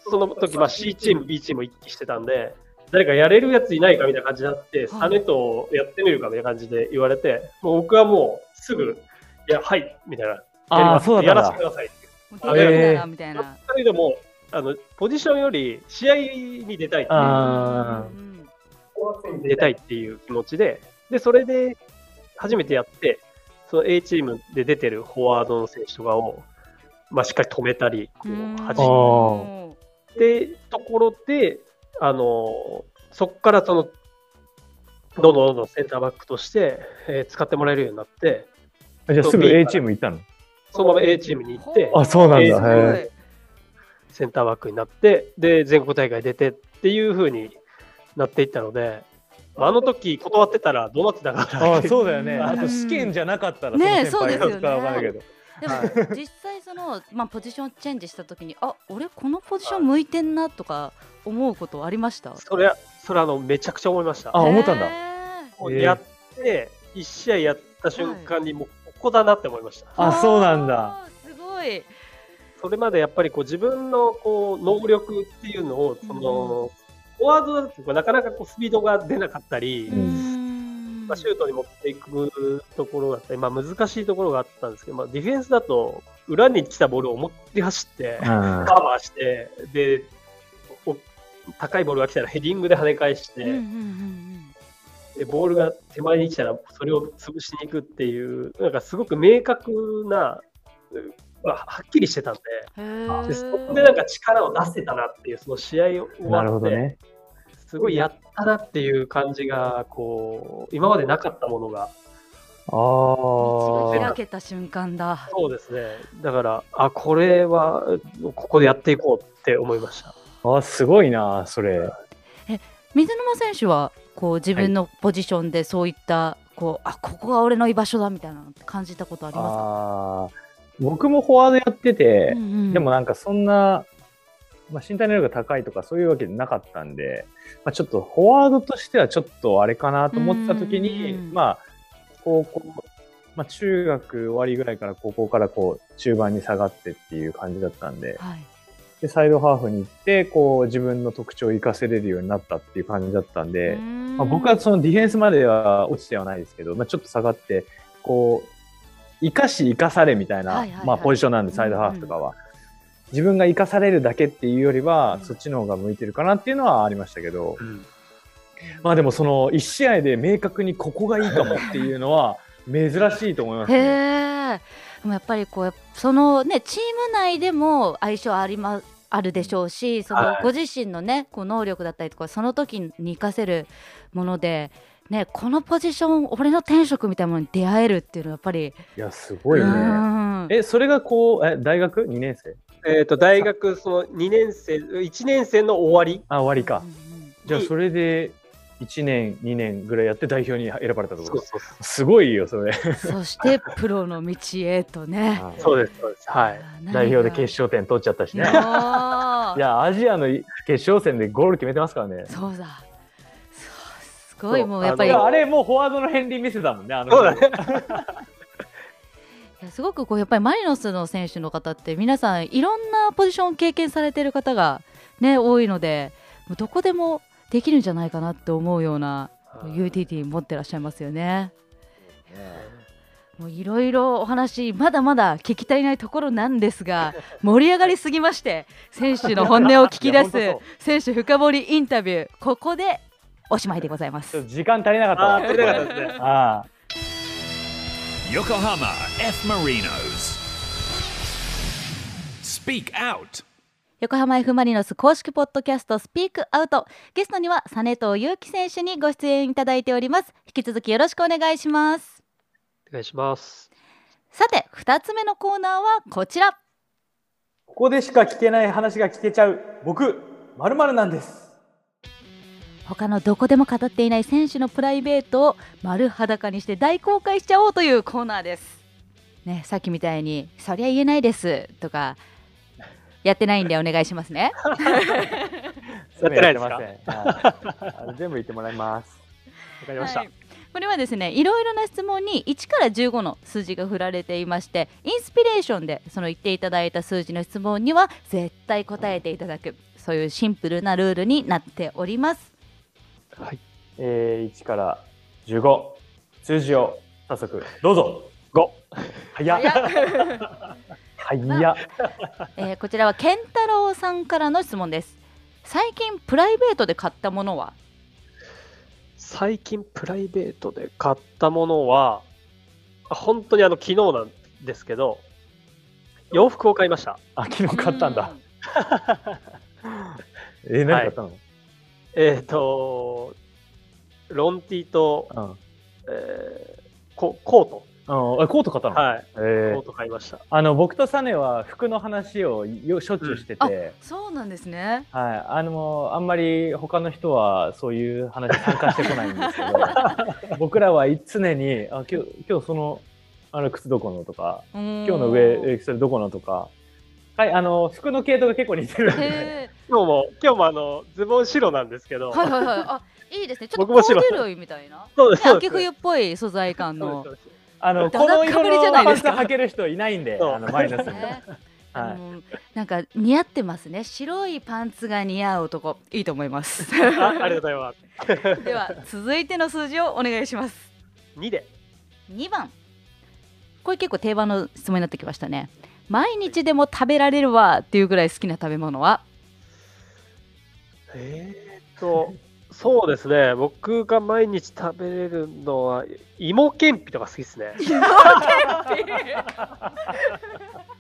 Speaker 4: その時まあ C チーム、B チーム行き来してたんで、誰かやれるやついないかみたいな感じになって、
Speaker 3: はい
Speaker 4: サネとやってみるかみたいな感じで言われて、もう僕はもうすぐ、いや、はい、みたいな、やり
Speaker 2: あ
Speaker 4: ま
Speaker 2: あ
Speaker 4: す
Speaker 2: そうだった
Speaker 4: や
Speaker 2: んだ
Speaker 4: らせてくださいって。
Speaker 3: もう手が出たらみたい
Speaker 4: や
Speaker 3: な。
Speaker 4: っぱりでもあの、ポジションより試合に出たいっていう
Speaker 2: あ
Speaker 3: うんうん
Speaker 4: 出たいっていう気持ちで、で、それで初めてやって、その A チームで出てるフォワードの選手とかを、まあ、しっかり止めたり、こ
Speaker 3: う
Speaker 4: うん弾
Speaker 2: あ
Speaker 4: い
Speaker 2: ー
Speaker 4: てところで、あの、そこからその、どんどんどんどんセンターバックとして、えー使ってもらえるようになって、
Speaker 2: じゃあすぐ A チーム行ったの
Speaker 4: そのまま A チームに行って、
Speaker 2: あそうなんだ、
Speaker 4: え
Speaker 3: すご
Speaker 2: へ
Speaker 3: い
Speaker 4: センターバックになって、で、全国大会出てっていう風になっていったので、まああの時断ってたらどうなってたか
Speaker 2: え
Speaker 4: な
Speaker 2: ああそうだよね
Speaker 3: うん
Speaker 2: あと試験じゃなかったら
Speaker 3: ねえ
Speaker 2: その先輩
Speaker 3: そ
Speaker 2: が
Speaker 3: うですよね
Speaker 2: 使わないけど
Speaker 3: でも実際その、まあ、ポジションチェンジした時にあ俺このポジション向いてんなとか思うことありました
Speaker 4: それは、それはあの、めちゃくちゃ思いました。
Speaker 2: あ思ったんだ
Speaker 3: へ
Speaker 4: もう
Speaker 2: えー
Speaker 4: やって、1試合やった瞬間に、もうここだなって思いました。
Speaker 3: ー
Speaker 2: あそうなんだ
Speaker 3: あーすごい
Speaker 4: それまでやっぱりこう自分のこう能力っていうのを、その、フォワードだとなかなかこうスピードが出なかったり、
Speaker 2: ん
Speaker 3: ん
Speaker 4: まあ、シュートに持っていくところだったり、まあ、難しいところがあったんですけど、まあ、ディフェンスだと裏に来たボールを思いっきり走って、
Speaker 2: うん
Speaker 4: カバーして、で、お高いボールが来たらヘディングで跳ね返して、
Speaker 3: うんうんうん
Speaker 4: でボールが手前に来たらそれを潰しに行くっていうなんかすごく明確な、うんまあ、はっきりしてたんで
Speaker 3: うんへ
Speaker 4: で
Speaker 3: え
Speaker 4: そこでなんか力を出せたなっていうその試合を終
Speaker 2: なる
Speaker 4: わ
Speaker 2: ほ
Speaker 4: っ
Speaker 2: ど
Speaker 4: て、
Speaker 2: ね
Speaker 4: すごいやったなっていう感じがこう今までなかったものが
Speaker 3: 道
Speaker 2: あ
Speaker 3: が
Speaker 2: あ
Speaker 3: 開けた瞬間だ
Speaker 4: そうですねだからあこれはここでやっていこうって思いました。
Speaker 2: あすごいなそれ
Speaker 3: 水沼選手はこう自分のポジションでそういったこうあここが俺の居場所だみたいなのって感じたことありますか
Speaker 2: あー僕もフォワードやってて、
Speaker 3: うんうん
Speaker 2: でもなんかそんな、まあ、身体能力が高いとかそういうわけじゃなかったんで、まあ、ちょっとフォワードとしてはちょっとあれかなと思ってた時に、
Speaker 3: うん
Speaker 2: まあ高校、まあ、中学終わりぐらいから高校からこう中盤に下がってっていう感じだったんで
Speaker 3: はい
Speaker 2: でサイドハーフに行ってこう自分の特徴を生かせれるようになったっていう感じだったんで。まあ、僕はそのディフェンスまでは落ちてはないですけど、まあ、ちょっと下がって、こう、生かし生かされみたい
Speaker 3: はい
Speaker 2: な
Speaker 3: はいはい、
Speaker 2: まあ、ポジションなんで、サイドハーフとかは。自分が生かされるだけっていうより
Speaker 3: う
Speaker 2: は
Speaker 3: ん、
Speaker 2: そっちの方が向いてるかなっていうのはありましたけど、まあ
Speaker 3: で
Speaker 2: でもその1試合で明確にここがいいかもっていうの は珍しいと思います
Speaker 3: へ
Speaker 2: ね。
Speaker 3: えでもやっぱりこうそのねチーム内でも相性ありまあるでしょうしその
Speaker 4: はい
Speaker 3: ご自身のねこう能力だったりとかその時に生かせるもので、ね、このポジション俺の天職みたいなものに出会えるっていうのはやっぱり
Speaker 2: いや、すごいね
Speaker 3: う。ん
Speaker 2: え、それがこう、え、大学 ?2 年生
Speaker 4: えー、と大学その2年生1年生の終わり
Speaker 2: あ、終わりか
Speaker 3: う。ん
Speaker 2: じゃあそれで1年、2年ぐらいやって代表に選ばれたとこ
Speaker 4: そう
Speaker 2: ろ。
Speaker 4: そう
Speaker 2: すごいよ、それ。
Speaker 3: うんそしてプロの道へと ね
Speaker 4: そうですそうですはい
Speaker 2: 代表で決
Speaker 3: 勝
Speaker 2: 勝点取っちゃったしね。い
Speaker 3: ね
Speaker 2: や、アジアの決勝戦でゴール決めてますからね。
Speaker 3: そうだそうすごい
Speaker 4: そう
Speaker 3: もうやっぱり
Speaker 2: いやあれ、もうフォワードの片鱗見せたもんね、あの。
Speaker 4: そうだね
Speaker 3: いやすごくこうやっぱりマリノスの選手の方って皆さんいろんなポジションを経験されてる方が、ね、多いのでもうどこでもできるんじゃないかなって思うような UTT 持ってらっしゃいますよね。もういろいろお話まだまだ聞き足りないところなんです が盛り上がりすぎまして選手の本音を聞き出す
Speaker 2: いや本
Speaker 3: 選手深掘りインタビューここでおしまいでございま
Speaker 2: ちょっ
Speaker 3: す
Speaker 2: と。時間足りなかったわ。
Speaker 4: あー足りなかったですね
Speaker 2: ああ
Speaker 1: Yokohama F Marinos. Speak Out.
Speaker 3: 横浜 F ・マリノス公式ポッドキャストスピークアウトゲストには実藤祐樹選手にご出演いただいております引き続きよろしくお願いします
Speaker 4: お願いします。
Speaker 3: さて2つ目のコーナーはこちら
Speaker 2: ここでしか聞けない話が聞けちゃう僕まるなんです
Speaker 3: 他のどこでも語っていない選手のプライベートを丸裸にして大公開しちゃおうというコーナーです。ね、さっきみたいに「そりゃ言えないです」とかやってないんでお願いします ね。
Speaker 4: やってない
Speaker 2: すいません
Speaker 4: ですか
Speaker 2: はいあの全部言ってもらいます
Speaker 4: わかりました。
Speaker 3: はいこれはですねいろいろな質問に1から15の数字が振られていましてインスピレーションでその言っていただいた数字の質問には絶対答えていただくそういうシンプルなルールになっております。
Speaker 2: えー、1から15数字を早速どうぞ5早っ早っ
Speaker 3: えーこちらは健太郎さんからの質問です最近プライベートで買ったものは
Speaker 4: 最近プライベートで買ったものは、あ本当にあの昨日なんですけど、洋服を買いました。
Speaker 2: あ昨日買ったんだ、えー、何買ったの、
Speaker 4: えっ、と、ロンティと、
Speaker 2: うん
Speaker 4: えーココート。
Speaker 2: うん、あコート買ったの、
Speaker 4: はい、
Speaker 2: え
Speaker 4: コ
Speaker 2: ー
Speaker 4: ート買いました。
Speaker 2: あの僕とサネは服の話をよしょっちゅうして
Speaker 3: うん
Speaker 2: て、
Speaker 3: そうなんですね
Speaker 2: はい、あのあんまり他の人はそういう話参加してこないんですけ ど僕らは常にあ今日今日そのあの靴どこのとか
Speaker 3: 今
Speaker 2: 今日の上えそれどこのとか、はい、あの服の系統が結構似てるんで
Speaker 3: へ
Speaker 4: 今日も、今日もあの、ズボン白なんですけど、
Speaker 3: ーはいはいはいあいいですねちょっと
Speaker 4: 僕
Speaker 3: コ
Speaker 4: も白
Speaker 3: ーデュロイみたいな、ね、
Speaker 4: そうです。そう
Speaker 3: 秋
Speaker 4: です
Speaker 3: 冬っぽい素材感の
Speaker 4: そうですそうです
Speaker 2: あの
Speaker 3: だ
Speaker 2: こ
Speaker 3: だ
Speaker 2: の
Speaker 3: っかぶり
Speaker 2: 色
Speaker 3: じ
Speaker 2: の
Speaker 3: ゃない
Speaker 2: パ
Speaker 3: で
Speaker 2: ン
Speaker 3: す
Speaker 2: ツ
Speaker 3: か
Speaker 2: 履ける人いないんで
Speaker 4: そう
Speaker 2: あのマリノスに、
Speaker 3: ねあ
Speaker 2: はい、
Speaker 3: のなんか似合ってますね白いパンツが似合う男いいと思います
Speaker 4: あありがとうございます。
Speaker 3: では続いての数字をお願いします
Speaker 4: 2で。
Speaker 3: 2番これ結構定番の質問になってきましたね毎日でも食べられるわっていうぐらい好きな食べ物は
Speaker 4: えーっと、そうですね、僕が毎日食べれるのは、芋けんぴとか好きですね。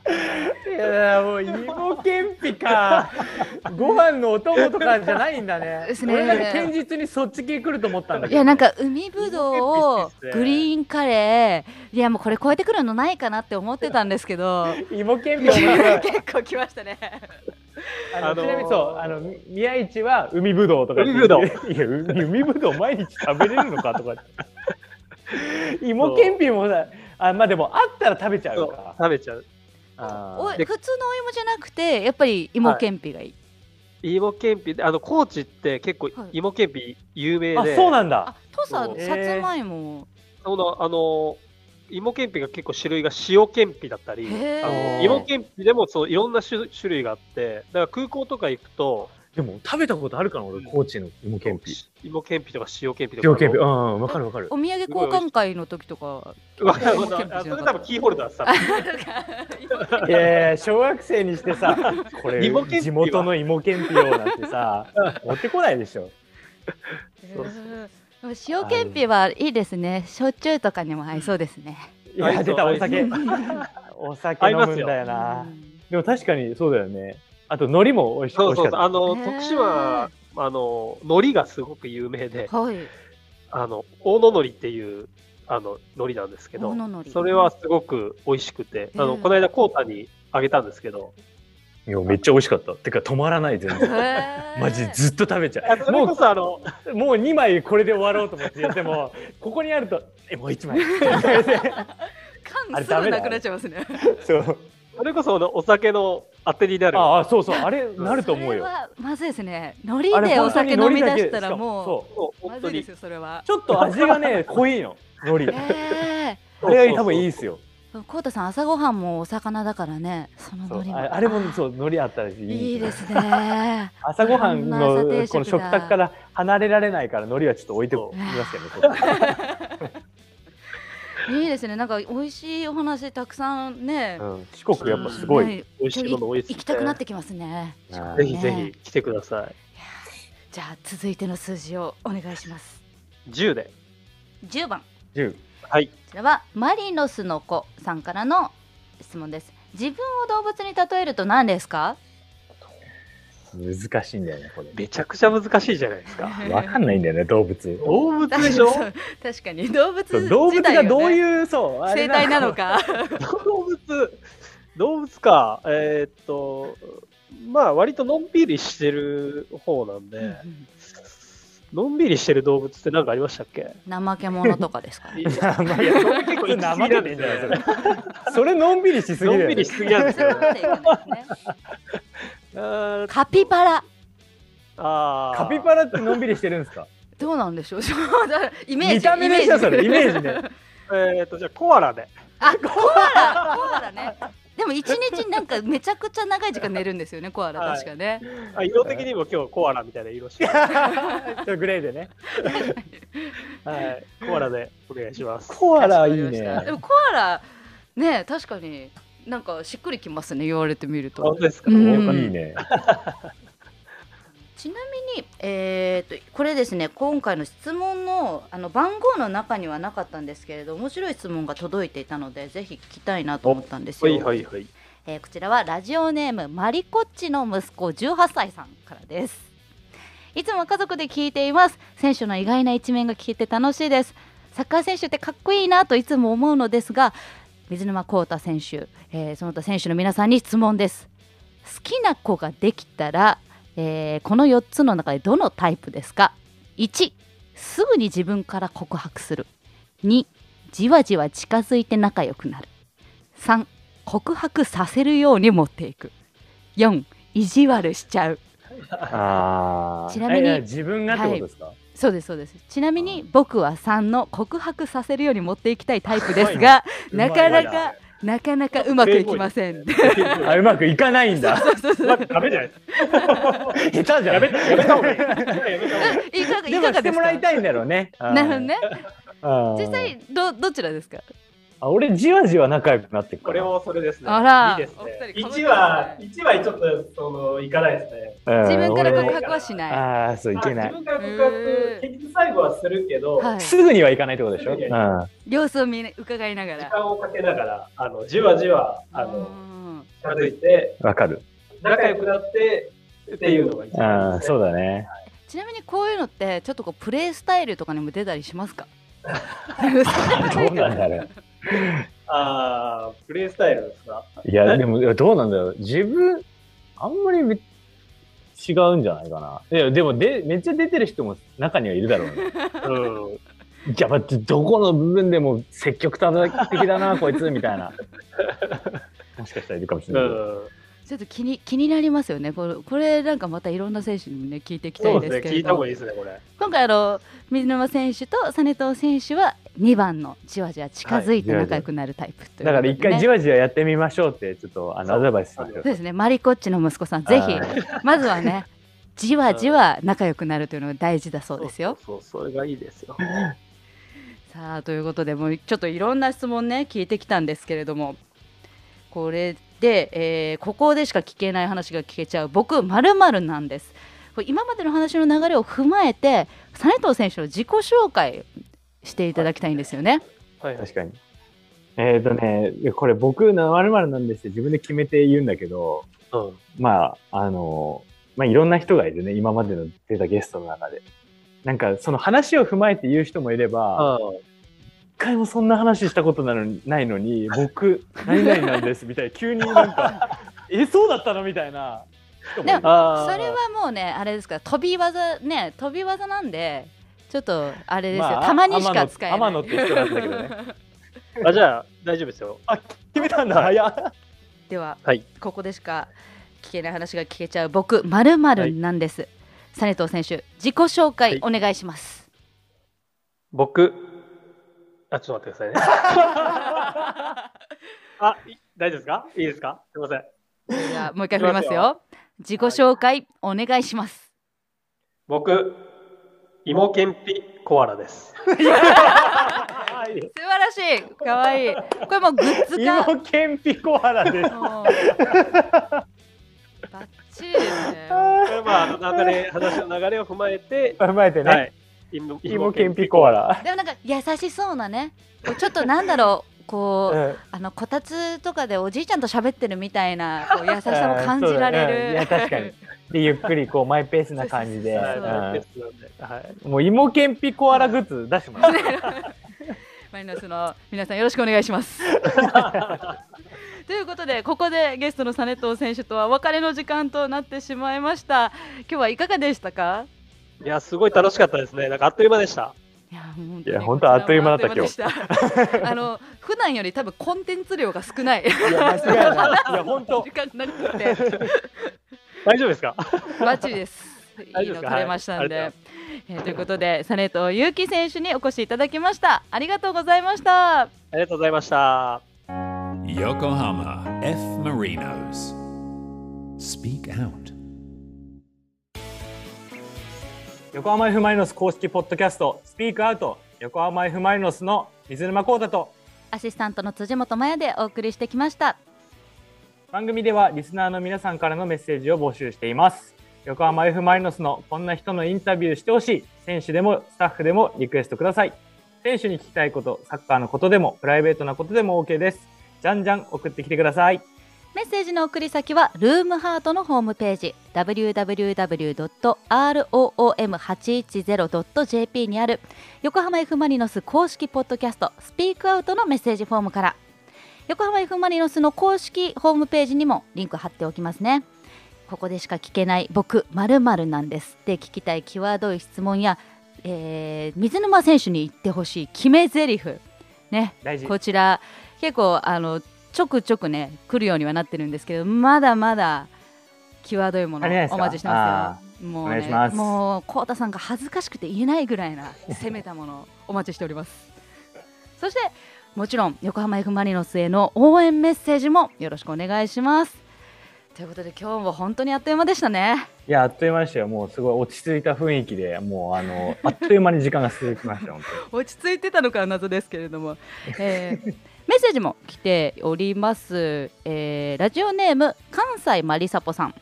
Speaker 2: いやもう芋けんぴか ご飯のお供とかじゃないんだね
Speaker 3: ですね
Speaker 2: 俺なんか堅実にそっち系来ると思ったんだけど
Speaker 3: いやなんか海ぶどうをグリーンカレーいやもうこれ超えてくるのないかなって思ってたんですけど
Speaker 2: 芋けんぴお前は
Speaker 3: 結構きましたね
Speaker 2: あ
Speaker 4: あ
Speaker 2: の
Speaker 4: のー
Speaker 2: ちなみにそうあのみ宮市は海ぶどうとか
Speaker 4: 海ぶどう
Speaker 2: いや海海ぶどう毎日食べれるのかとか芋けんぴもさあまあでもあったら食べちゃ
Speaker 4: そうう
Speaker 2: か
Speaker 4: 食べちゃう。
Speaker 2: あ
Speaker 3: お
Speaker 2: ー
Speaker 3: い
Speaker 4: で
Speaker 3: 普通のお芋じゃなくてやっぱり芋けんぴがいい、
Speaker 4: 芋けんぴ、あの高知って結構
Speaker 3: はい
Speaker 4: 芋けんぴ有名で、
Speaker 2: あそうなん
Speaker 3: あ
Speaker 2: だ
Speaker 3: とさ
Speaker 4: そう
Speaker 3: さつまいも
Speaker 4: そのあの芋けんぴが結構種類が塩けんぴだったり、
Speaker 3: へー
Speaker 4: あの芋けんぴでもそういろんな種種類があって、だから空港とか行くと、
Speaker 2: でも食べたことあるかな俺高知の芋けんぴ
Speaker 4: 芋けんぴとか塩けんぴとか。
Speaker 2: 芋けんぴうんわかるわかる
Speaker 3: お土産交換会の時とか
Speaker 4: わかるわかるあそれ多分キーホルダーさ。
Speaker 2: いやいや小学生にして さこれ
Speaker 4: 芋けんぴは
Speaker 2: 地元の芋けんぴよなんて さ持ってこないでしょ
Speaker 4: そう
Speaker 3: 塩けんぴはいいですね焼酎とかにも合いそうですね、
Speaker 2: い
Speaker 4: 合いそ
Speaker 2: や
Speaker 4: う
Speaker 2: 出た
Speaker 4: 合
Speaker 2: お
Speaker 4: いそう
Speaker 2: 酒お酒飲むんだよな
Speaker 3: うん
Speaker 2: でも確かにそうだよねあと海苔も美味し
Speaker 4: そうそう
Speaker 2: 美味し
Speaker 4: そう。
Speaker 2: かっ
Speaker 4: あの、
Speaker 3: へー
Speaker 4: 徳島、あの、海苔がすごく有名で、
Speaker 3: はい
Speaker 4: あの、大野海苔っていう、あの、海苔なんですけど
Speaker 3: 大野海、苔
Speaker 4: それはすごく美味しくて、あ
Speaker 3: う
Speaker 4: の、
Speaker 3: ん
Speaker 4: この間、コータにあげたんですけど、
Speaker 2: たいやめっちゃ美味しかったてか止まらない全然
Speaker 3: へー
Speaker 2: マジずっと食べちゃ
Speaker 4: あそうれ
Speaker 2: も
Speaker 4: こそ、あの、
Speaker 2: うもう2枚これで終わろうと思ってやってもここにあるとえもう1枚そあ
Speaker 3: 缶
Speaker 2: れ
Speaker 3: す
Speaker 2: ダ
Speaker 3: ぐ
Speaker 2: メだ
Speaker 3: なくなっちゃいますね
Speaker 2: う
Speaker 4: それこそ、あの、お酒の当てになる。
Speaker 2: ああそうそうあれなると思
Speaker 3: そうれ
Speaker 2: よ
Speaker 3: はまずいですね海
Speaker 2: あ
Speaker 3: 苔
Speaker 2: れ
Speaker 3: でお
Speaker 2: 本当に
Speaker 3: 酒飲み出した
Speaker 2: 海苔だけ
Speaker 3: ら
Speaker 2: しか
Speaker 3: も
Speaker 2: そう
Speaker 4: そう
Speaker 3: う
Speaker 4: 本
Speaker 3: ま
Speaker 4: 当
Speaker 3: ずいで
Speaker 4: に
Speaker 3: す。よそれは
Speaker 2: ちょっと味がね濃いの 海苔
Speaker 3: え
Speaker 2: あれが多分いいですよ
Speaker 3: えー、コウタさん朝ごはんもお魚だからねその
Speaker 2: そう
Speaker 3: 海苔
Speaker 2: あ
Speaker 3: は
Speaker 2: あれもそう海苔あったらいい
Speaker 3: いい
Speaker 2: すよ
Speaker 3: ですね
Speaker 2: 朝ごはん
Speaker 3: こんな朝
Speaker 2: の
Speaker 3: 定食だ
Speaker 2: この食卓から離れられないから海苔はちょっと置いておきますよねここ
Speaker 3: いいですねなんか美味しいお話たくさんね、
Speaker 2: うん四国やっぱすごい、
Speaker 3: ね
Speaker 4: 美味しいもの多いですね
Speaker 3: 行きたくなってきますね
Speaker 2: あー
Speaker 4: ぜひぜひ来てください。
Speaker 3: じゃあ続いての数字をお願いします
Speaker 4: 10で。
Speaker 3: 10番こ
Speaker 2: 10
Speaker 4: はい。
Speaker 3: ちらはマリノスの子さんからの質問です自分を動物に例えると何ですか
Speaker 2: 難しいんだよね、これ。
Speaker 4: めちゃくちゃ難しいじゃないですか。
Speaker 2: わかんないんだよね、動物。
Speaker 4: 動物でしょ
Speaker 3: 確かに 確かに動物
Speaker 2: そう動物がどう
Speaker 3: う
Speaker 2: いう、そう、あれ
Speaker 3: 生態なの。か
Speaker 4: 動物、動物か。えーっと、まあ割とのんびりしてる方なんで、のんびりしてる動物って何かありましたっけ
Speaker 3: 怠け者とかですか
Speaker 4: い
Speaker 3: ね
Speaker 4: や、
Speaker 2: まあい
Speaker 4: い
Speaker 2: や
Speaker 4: やそれ結構行き過ぎ
Speaker 2: 生
Speaker 4: な
Speaker 2: で
Speaker 4: ん
Speaker 2: てん
Speaker 4: で
Speaker 2: じゃないそれ。 それのんびりしすぎ
Speaker 4: の
Speaker 2: るよね。
Speaker 4: んびりしすぎなんです
Speaker 3: そこ
Speaker 4: よ。
Speaker 3: までいかないですね
Speaker 4: あー
Speaker 3: カピバラ
Speaker 4: あ
Speaker 2: カピ
Speaker 4: ラ
Speaker 2: バラってのんびりしてるんですか。
Speaker 3: どうなんでしょう イメージ
Speaker 2: 見た目でしょそれイメージね
Speaker 4: えーっと、じゃあコアラで。
Speaker 3: あコアラコアラねでも一日なんかめちゃくちゃ長い時間寝るんですよねコアラ
Speaker 4: はい
Speaker 3: 確かね、
Speaker 4: あ色的にも今日コアラみたいな色してる。
Speaker 2: ちょっとグレーでね。
Speaker 4: はい、コアラでお願いします。
Speaker 2: コアラいい
Speaker 3: かしこまりましたで
Speaker 2: ね。
Speaker 3: もコアラね確かになんかしっくりきますね言われてみる
Speaker 4: 本
Speaker 3: と
Speaker 4: 当ですか、
Speaker 3: うん
Speaker 2: いいね。
Speaker 3: ちなみに、えー、とこれですね今回の質問のあの番号の中にはなかったんですけれど面白い質問が届いていたのでぜひ聞きたいなと思ったんですよ、
Speaker 4: いはい。
Speaker 3: えーこちらはラジオネームマリコッチの息子18歳さんからですいつも家族で聞いています選手の意外な一面が聞いて楽しいですサッカー選手ってかっこいいなといつも思うのですが水沼宏太選手、えーその他選手の皆さんに質問です好きな子ができたら、えーこの4つの中でどのタイプですか1すぐに自分から告白する2じわじわ近づいて仲良くなる3告白させるように持っていく4意地悪しちゃう
Speaker 2: あー
Speaker 3: ちなみに
Speaker 2: え自分がってことですか。
Speaker 3: そうですそうですちなみに僕は3の告白させるように持っていきたいタイプですが
Speaker 2: うま
Speaker 3: ないかなかなかなかうまくいきません
Speaker 2: あ、うまくいかないんだ。
Speaker 4: うまくダメ じゃないですか。
Speaker 2: 下手じゃん。やめて、や
Speaker 4: やめた方がいい。
Speaker 3: いかが
Speaker 2: で
Speaker 3: いか
Speaker 2: も
Speaker 3: が
Speaker 2: して
Speaker 3: です
Speaker 2: も
Speaker 3: から
Speaker 2: いたいんだろう ね。
Speaker 3: なるほどね
Speaker 2: ほ
Speaker 3: 実。際どどちらですか
Speaker 2: あ、俺じわじわ仲良くなっていく
Speaker 4: こ
Speaker 2: か
Speaker 4: れ
Speaker 2: ら。
Speaker 4: もそれですね。
Speaker 3: あら
Speaker 4: いいですね。
Speaker 3: お二人
Speaker 4: 一は一はちょっとそのいかないですね。
Speaker 2: うん
Speaker 3: 自分から
Speaker 2: 俺
Speaker 3: 告白はしない
Speaker 2: ああ、そういけな
Speaker 4: あ
Speaker 2: い
Speaker 4: 自。分から告白
Speaker 3: へー
Speaker 4: 結局最後はするけど、
Speaker 3: はい
Speaker 2: すぐにはいかないってことでしょ。
Speaker 4: すぐ
Speaker 2: う
Speaker 4: に
Speaker 2: ん。
Speaker 3: 様子を見伺いなが
Speaker 4: 時
Speaker 3: ら
Speaker 4: 間をかけながらあのじわじわあ
Speaker 3: う
Speaker 4: の
Speaker 3: ん
Speaker 4: 近づいて
Speaker 2: わかる。
Speaker 4: 仲良くなってっていうのが一番い
Speaker 2: あ
Speaker 4: いですね
Speaker 2: そうだ ね。
Speaker 3: ちなみにこういうのってちょっとこうプレイスタイルとかにも出たりしますか
Speaker 2: どうなんだろう。
Speaker 4: あープレイスタイルですか。
Speaker 2: いや、でも、いやどうなんだろう。自分、あんまりめ違うんじゃないかな。いや、でもで、めっちゃ出てる人も中にはいるだろうね。
Speaker 4: うん。
Speaker 2: いや、待って、どこの部分でも積極的だ な、こいつ、みたいな。もしかしたらいるかもしれ
Speaker 4: う
Speaker 2: ないけど。
Speaker 4: ん。
Speaker 3: ちょっと気に気になりますよねこれこれなんかまたいろんな選手にもね聞いていきた
Speaker 4: そ
Speaker 3: いうで
Speaker 4: ですす
Speaker 3: け
Speaker 4: ね。聞
Speaker 3: れ
Speaker 4: いた
Speaker 3: ど
Speaker 4: 方
Speaker 3: も
Speaker 4: がいいですねこれ。
Speaker 3: 今回あの水沼選手と実藤選手は2番のじわじわ近づいて仲良くなるタイプということでね、
Speaker 2: だから一回じわじわやってみましょうって、ちょっと、あの、
Speaker 4: そう
Speaker 2: アドバイスしましょう
Speaker 3: そう。ですねマリコッチの息子さんぜひまずはねじわじわ仲良くなるというのが大事だそうですよ。
Speaker 4: そうそうそれがいいですよ。
Speaker 3: さあということでもうちょっといろんな質問ね聞いてきたんですけれどもこれで、えーここでしか聞けない話が聞けちゃう僕まるなんですこれ今までの話の流れを踏まえて実藤選手の自己紹介していただきたいんですよね。
Speaker 4: はいはい
Speaker 2: 確かに。えっ、ー、とね、いやこれ僕、まるなんですって自分で決めて言うんだけど、
Speaker 4: うん。
Speaker 2: まあ、あの、まあ、いろんな人がいるね、今までの出たゲストの中で。なんか、その話を踏まえて言う人もいれば、一回もそんな話したことなのにないのに、僕、何々なんです、みたいな、急になんか、え、そうだったのみたいな人もいる
Speaker 3: で。
Speaker 4: あ
Speaker 3: そ
Speaker 4: ー
Speaker 3: れはもうねあれですから飛び技ね飛び技なんでちょっとあれですよ、
Speaker 2: まあ
Speaker 3: たまにしか使えない
Speaker 2: 天野天野って人なんだけどね
Speaker 4: あじゃあ大丈夫ですよ。
Speaker 2: 決めたんだ、早っ。
Speaker 3: では、
Speaker 4: はい
Speaker 3: ここでしか聞けない話が聞けちゃう僕まるまるなんです、サネト選手自己紹介お願いします、
Speaker 4: 僕、あ、ちょっと待ってくださいね。 あ、い大丈夫ですかいいですかすいません。
Speaker 3: じゃあもう一回振りますよ自己
Speaker 4: ますよ
Speaker 3: 紹介お願いします、
Speaker 4: 僕、芋けんぴコアラです。
Speaker 3: 素晴らしい可愛いこれもうグッズ化
Speaker 2: 芋けんぴコアラです。
Speaker 3: もうバッチリですね
Speaker 4: これは まあ、あの流れ、話の流れを踏まえて、
Speaker 2: 踏まえてね、
Speaker 4: はい。芋
Speaker 2: 芋けんぴコアラ。
Speaker 3: でもなんか優しそうなねこうちょっとなんだろうこう、
Speaker 2: うん
Speaker 3: あのこたつとかでおじいちゃんと喋ってるみたいなこう優しさも感じられる、
Speaker 2: うんそうだねいや確かに
Speaker 5: で、ゆっくりこう、マイペースな感じで。
Speaker 3: そうそうそう
Speaker 5: うん
Speaker 4: 別なんではい
Speaker 5: もう芋けんぴコアラグッズ出してもらって。
Speaker 3: マリノスの皆さんよろしくお願いします。ということでここでゲストのサネトー選手とはお別れの時間となってしまいました。今日はいかがでしたか？
Speaker 4: いや、すごい楽しかったですね。なんかあっという間でした。
Speaker 3: いやもう本
Speaker 5: いや本当あっという間だった
Speaker 3: こちらもあっという間でしたあの普段より多分コンテンツ量が少ない
Speaker 5: いや、間違いない。いや、本当
Speaker 3: 時。間になくて
Speaker 4: 大丈夫ですか
Speaker 3: バッチリです。い
Speaker 4: 大
Speaker 3: い
Speaker 4: 丈夫で
Speaker 3: の
Speaker 4: すか
Speaker 3: 取れましたんで、
Speaker 4: はいあり
Speaker 3: えーということでサネトー勇気選手にお越しいただきました。ありがとうございました。
Speaker 4: ありがとうございました。
Speaker 1: Yokohama F. Marinos. Speak out.
Speaker 2: 横浜 F ・マリノス公式ポッドキャスト、スピークアウト、横浜 F ・マリノスの水沼宏太と、
Speaker 3: アシスタントの辻本麻也でお送りしてきました。
Speaker 2: 番組ではリスナーの皆さんからのメッセージを募集しています。横浜 F ・マリノスのこんな人のインタビューしてほしい、選手でもスタッフでもリクエストください。選手に聞きたいこと、サッカーのことでも、プライベートなことでも OK です。じゃんじゃん送ってきてください。
Speaker 3: メッセージの送り先はルームハートのホームページ www.room810.jp にある横浜 F ・マリノス公式ポッドキャストスピークアウトのメッセージフォームから横浜 F ・マリノスの公式ホームページにもリンク貼っておきますねここでしか聞けない僕〇〇なんですで聞きたい際どい質問や、えー水沼選手に言ってほしい決め台詞ね
Speaker 2: 大事。
Speaker 3: こちら結構あのちょくちょくね来るようにはなってるんですけどまだまだ際どいもの
Speaker 2: あれじゃないですか
Speaker 3: お待ちしてますよもう、
Speaker 2: お願い
Speaker 3: ね
Speaker 2: し、ます
Speaker 3: もう浩太さんが恥ずかしくて言えないぐ らいな攻めたものをお待ちしておりますそしてもちろん横浜 F ・マリノスへの応援メッセージもよろしくお願いしますということで今日も本当にあっという間でしたね
Speaker 2: いや、あっという間でしたよ。もうすごい落ち着いた雰囲気で、もうあの、あっという間に時間が過ぎました、本当に。
Speaker 3: 落ち着いてたのかは謎ですけれども、えー メッセージも来ております、えーラジオネーム関西まりさぽさん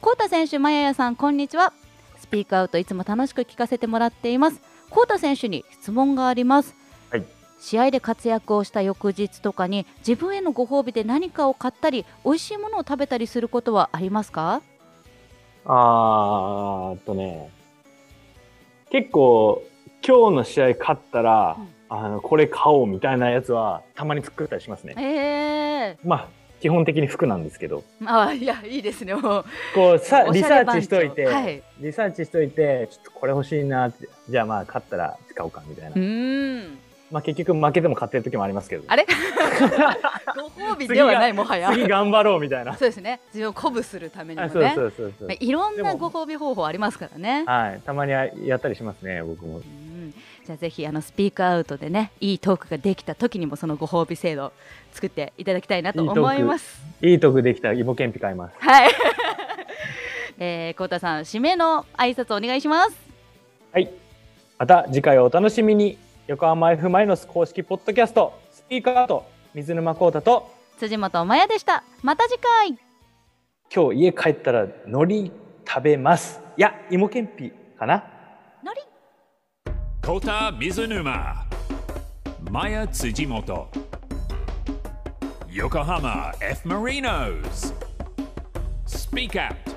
Speaker 3: コウタ選手まややさんこんにちはスピークアウトいつも楽しく聞かせてもらっていますコウタ選手に質問があります、
Speaker 2: はい
Speaker 3: 試合で活躍をした翌日とかに自分へのご褒美で何かを買ったり美味しいものを食べたりすることはありますか
Speaker 5: あーっとね、結構、今日の試合勝ったら、
Speaker 3: うん
Speaker 5: あの、これ買おうみたいなやつは、たまに作ったりしますね。
Speaker 3: え
Speaker 5: まあ、基本的に服なんですけど、
Speaker 3: ー、あいやいいですねもう
Speaker 5: こう、さ、
Speaker 3: お
Speaker 5: リ
Speaker 3: し
Speaker 5: サ
Speaker 3: ゃれ
Speaker 5: ー
Speaker 3: 番
Speaker 5: チしといて、
Speaker 3: 長はい
Speaker 5: リサーチしといて、ちょっとこれ欲しいなって、じゃあまあ、勝ったら使おうかみたいな。
Speaker 3: うーん
Speaker 5: まあ、結局負けても勝ってる時もありますけど
Speaker 3: あ、れご褒美ではないもはや
Speaker 5: 次頑張ろうみたいな。
Speaker 3: そうです ね自分を鼓舞するためにも
Speaker 5: あ
Speaker 3: ね
Speaker 5: そうそうそうそう
Speaker 3: まあ、。いろんな
Speaker 5: で
Speaker 3: ご
Speaker 5: も
Speaker 3: 褒美方法ありますからね、
Speaker 5: はい、たまにやったりしますね、僕も
Speaker 3: う。ん、じゃあぜひあのスピークアウトでねいいトークができた時にもそのご褒美制度を作っていただきたいなと
Speaker 5: いいトー
Speaker 3: 思
Speaker 5: ク
Speaker 3: います
Speaker 5: いいトークできたらイボケンピ買います。
Speaker 3: はい、 えー、コウタさん締めの挨拶お願いします
Speaker 2: はい。また次回をお楽しみに。横浜 F ・マリノス公式ポッドキャスト、スピーカーと水沼宏太と、
Speaker 3: 辻本麻也でしたまた次回
Speaker 2: 今日家帰ったら海苔食べます。いや、芋けんぴかな。
Speaker 3: のり
Speaker 1: Kota Mizunuma. Maya Tsujimoto. Yokohama F. Marinos. Speak out.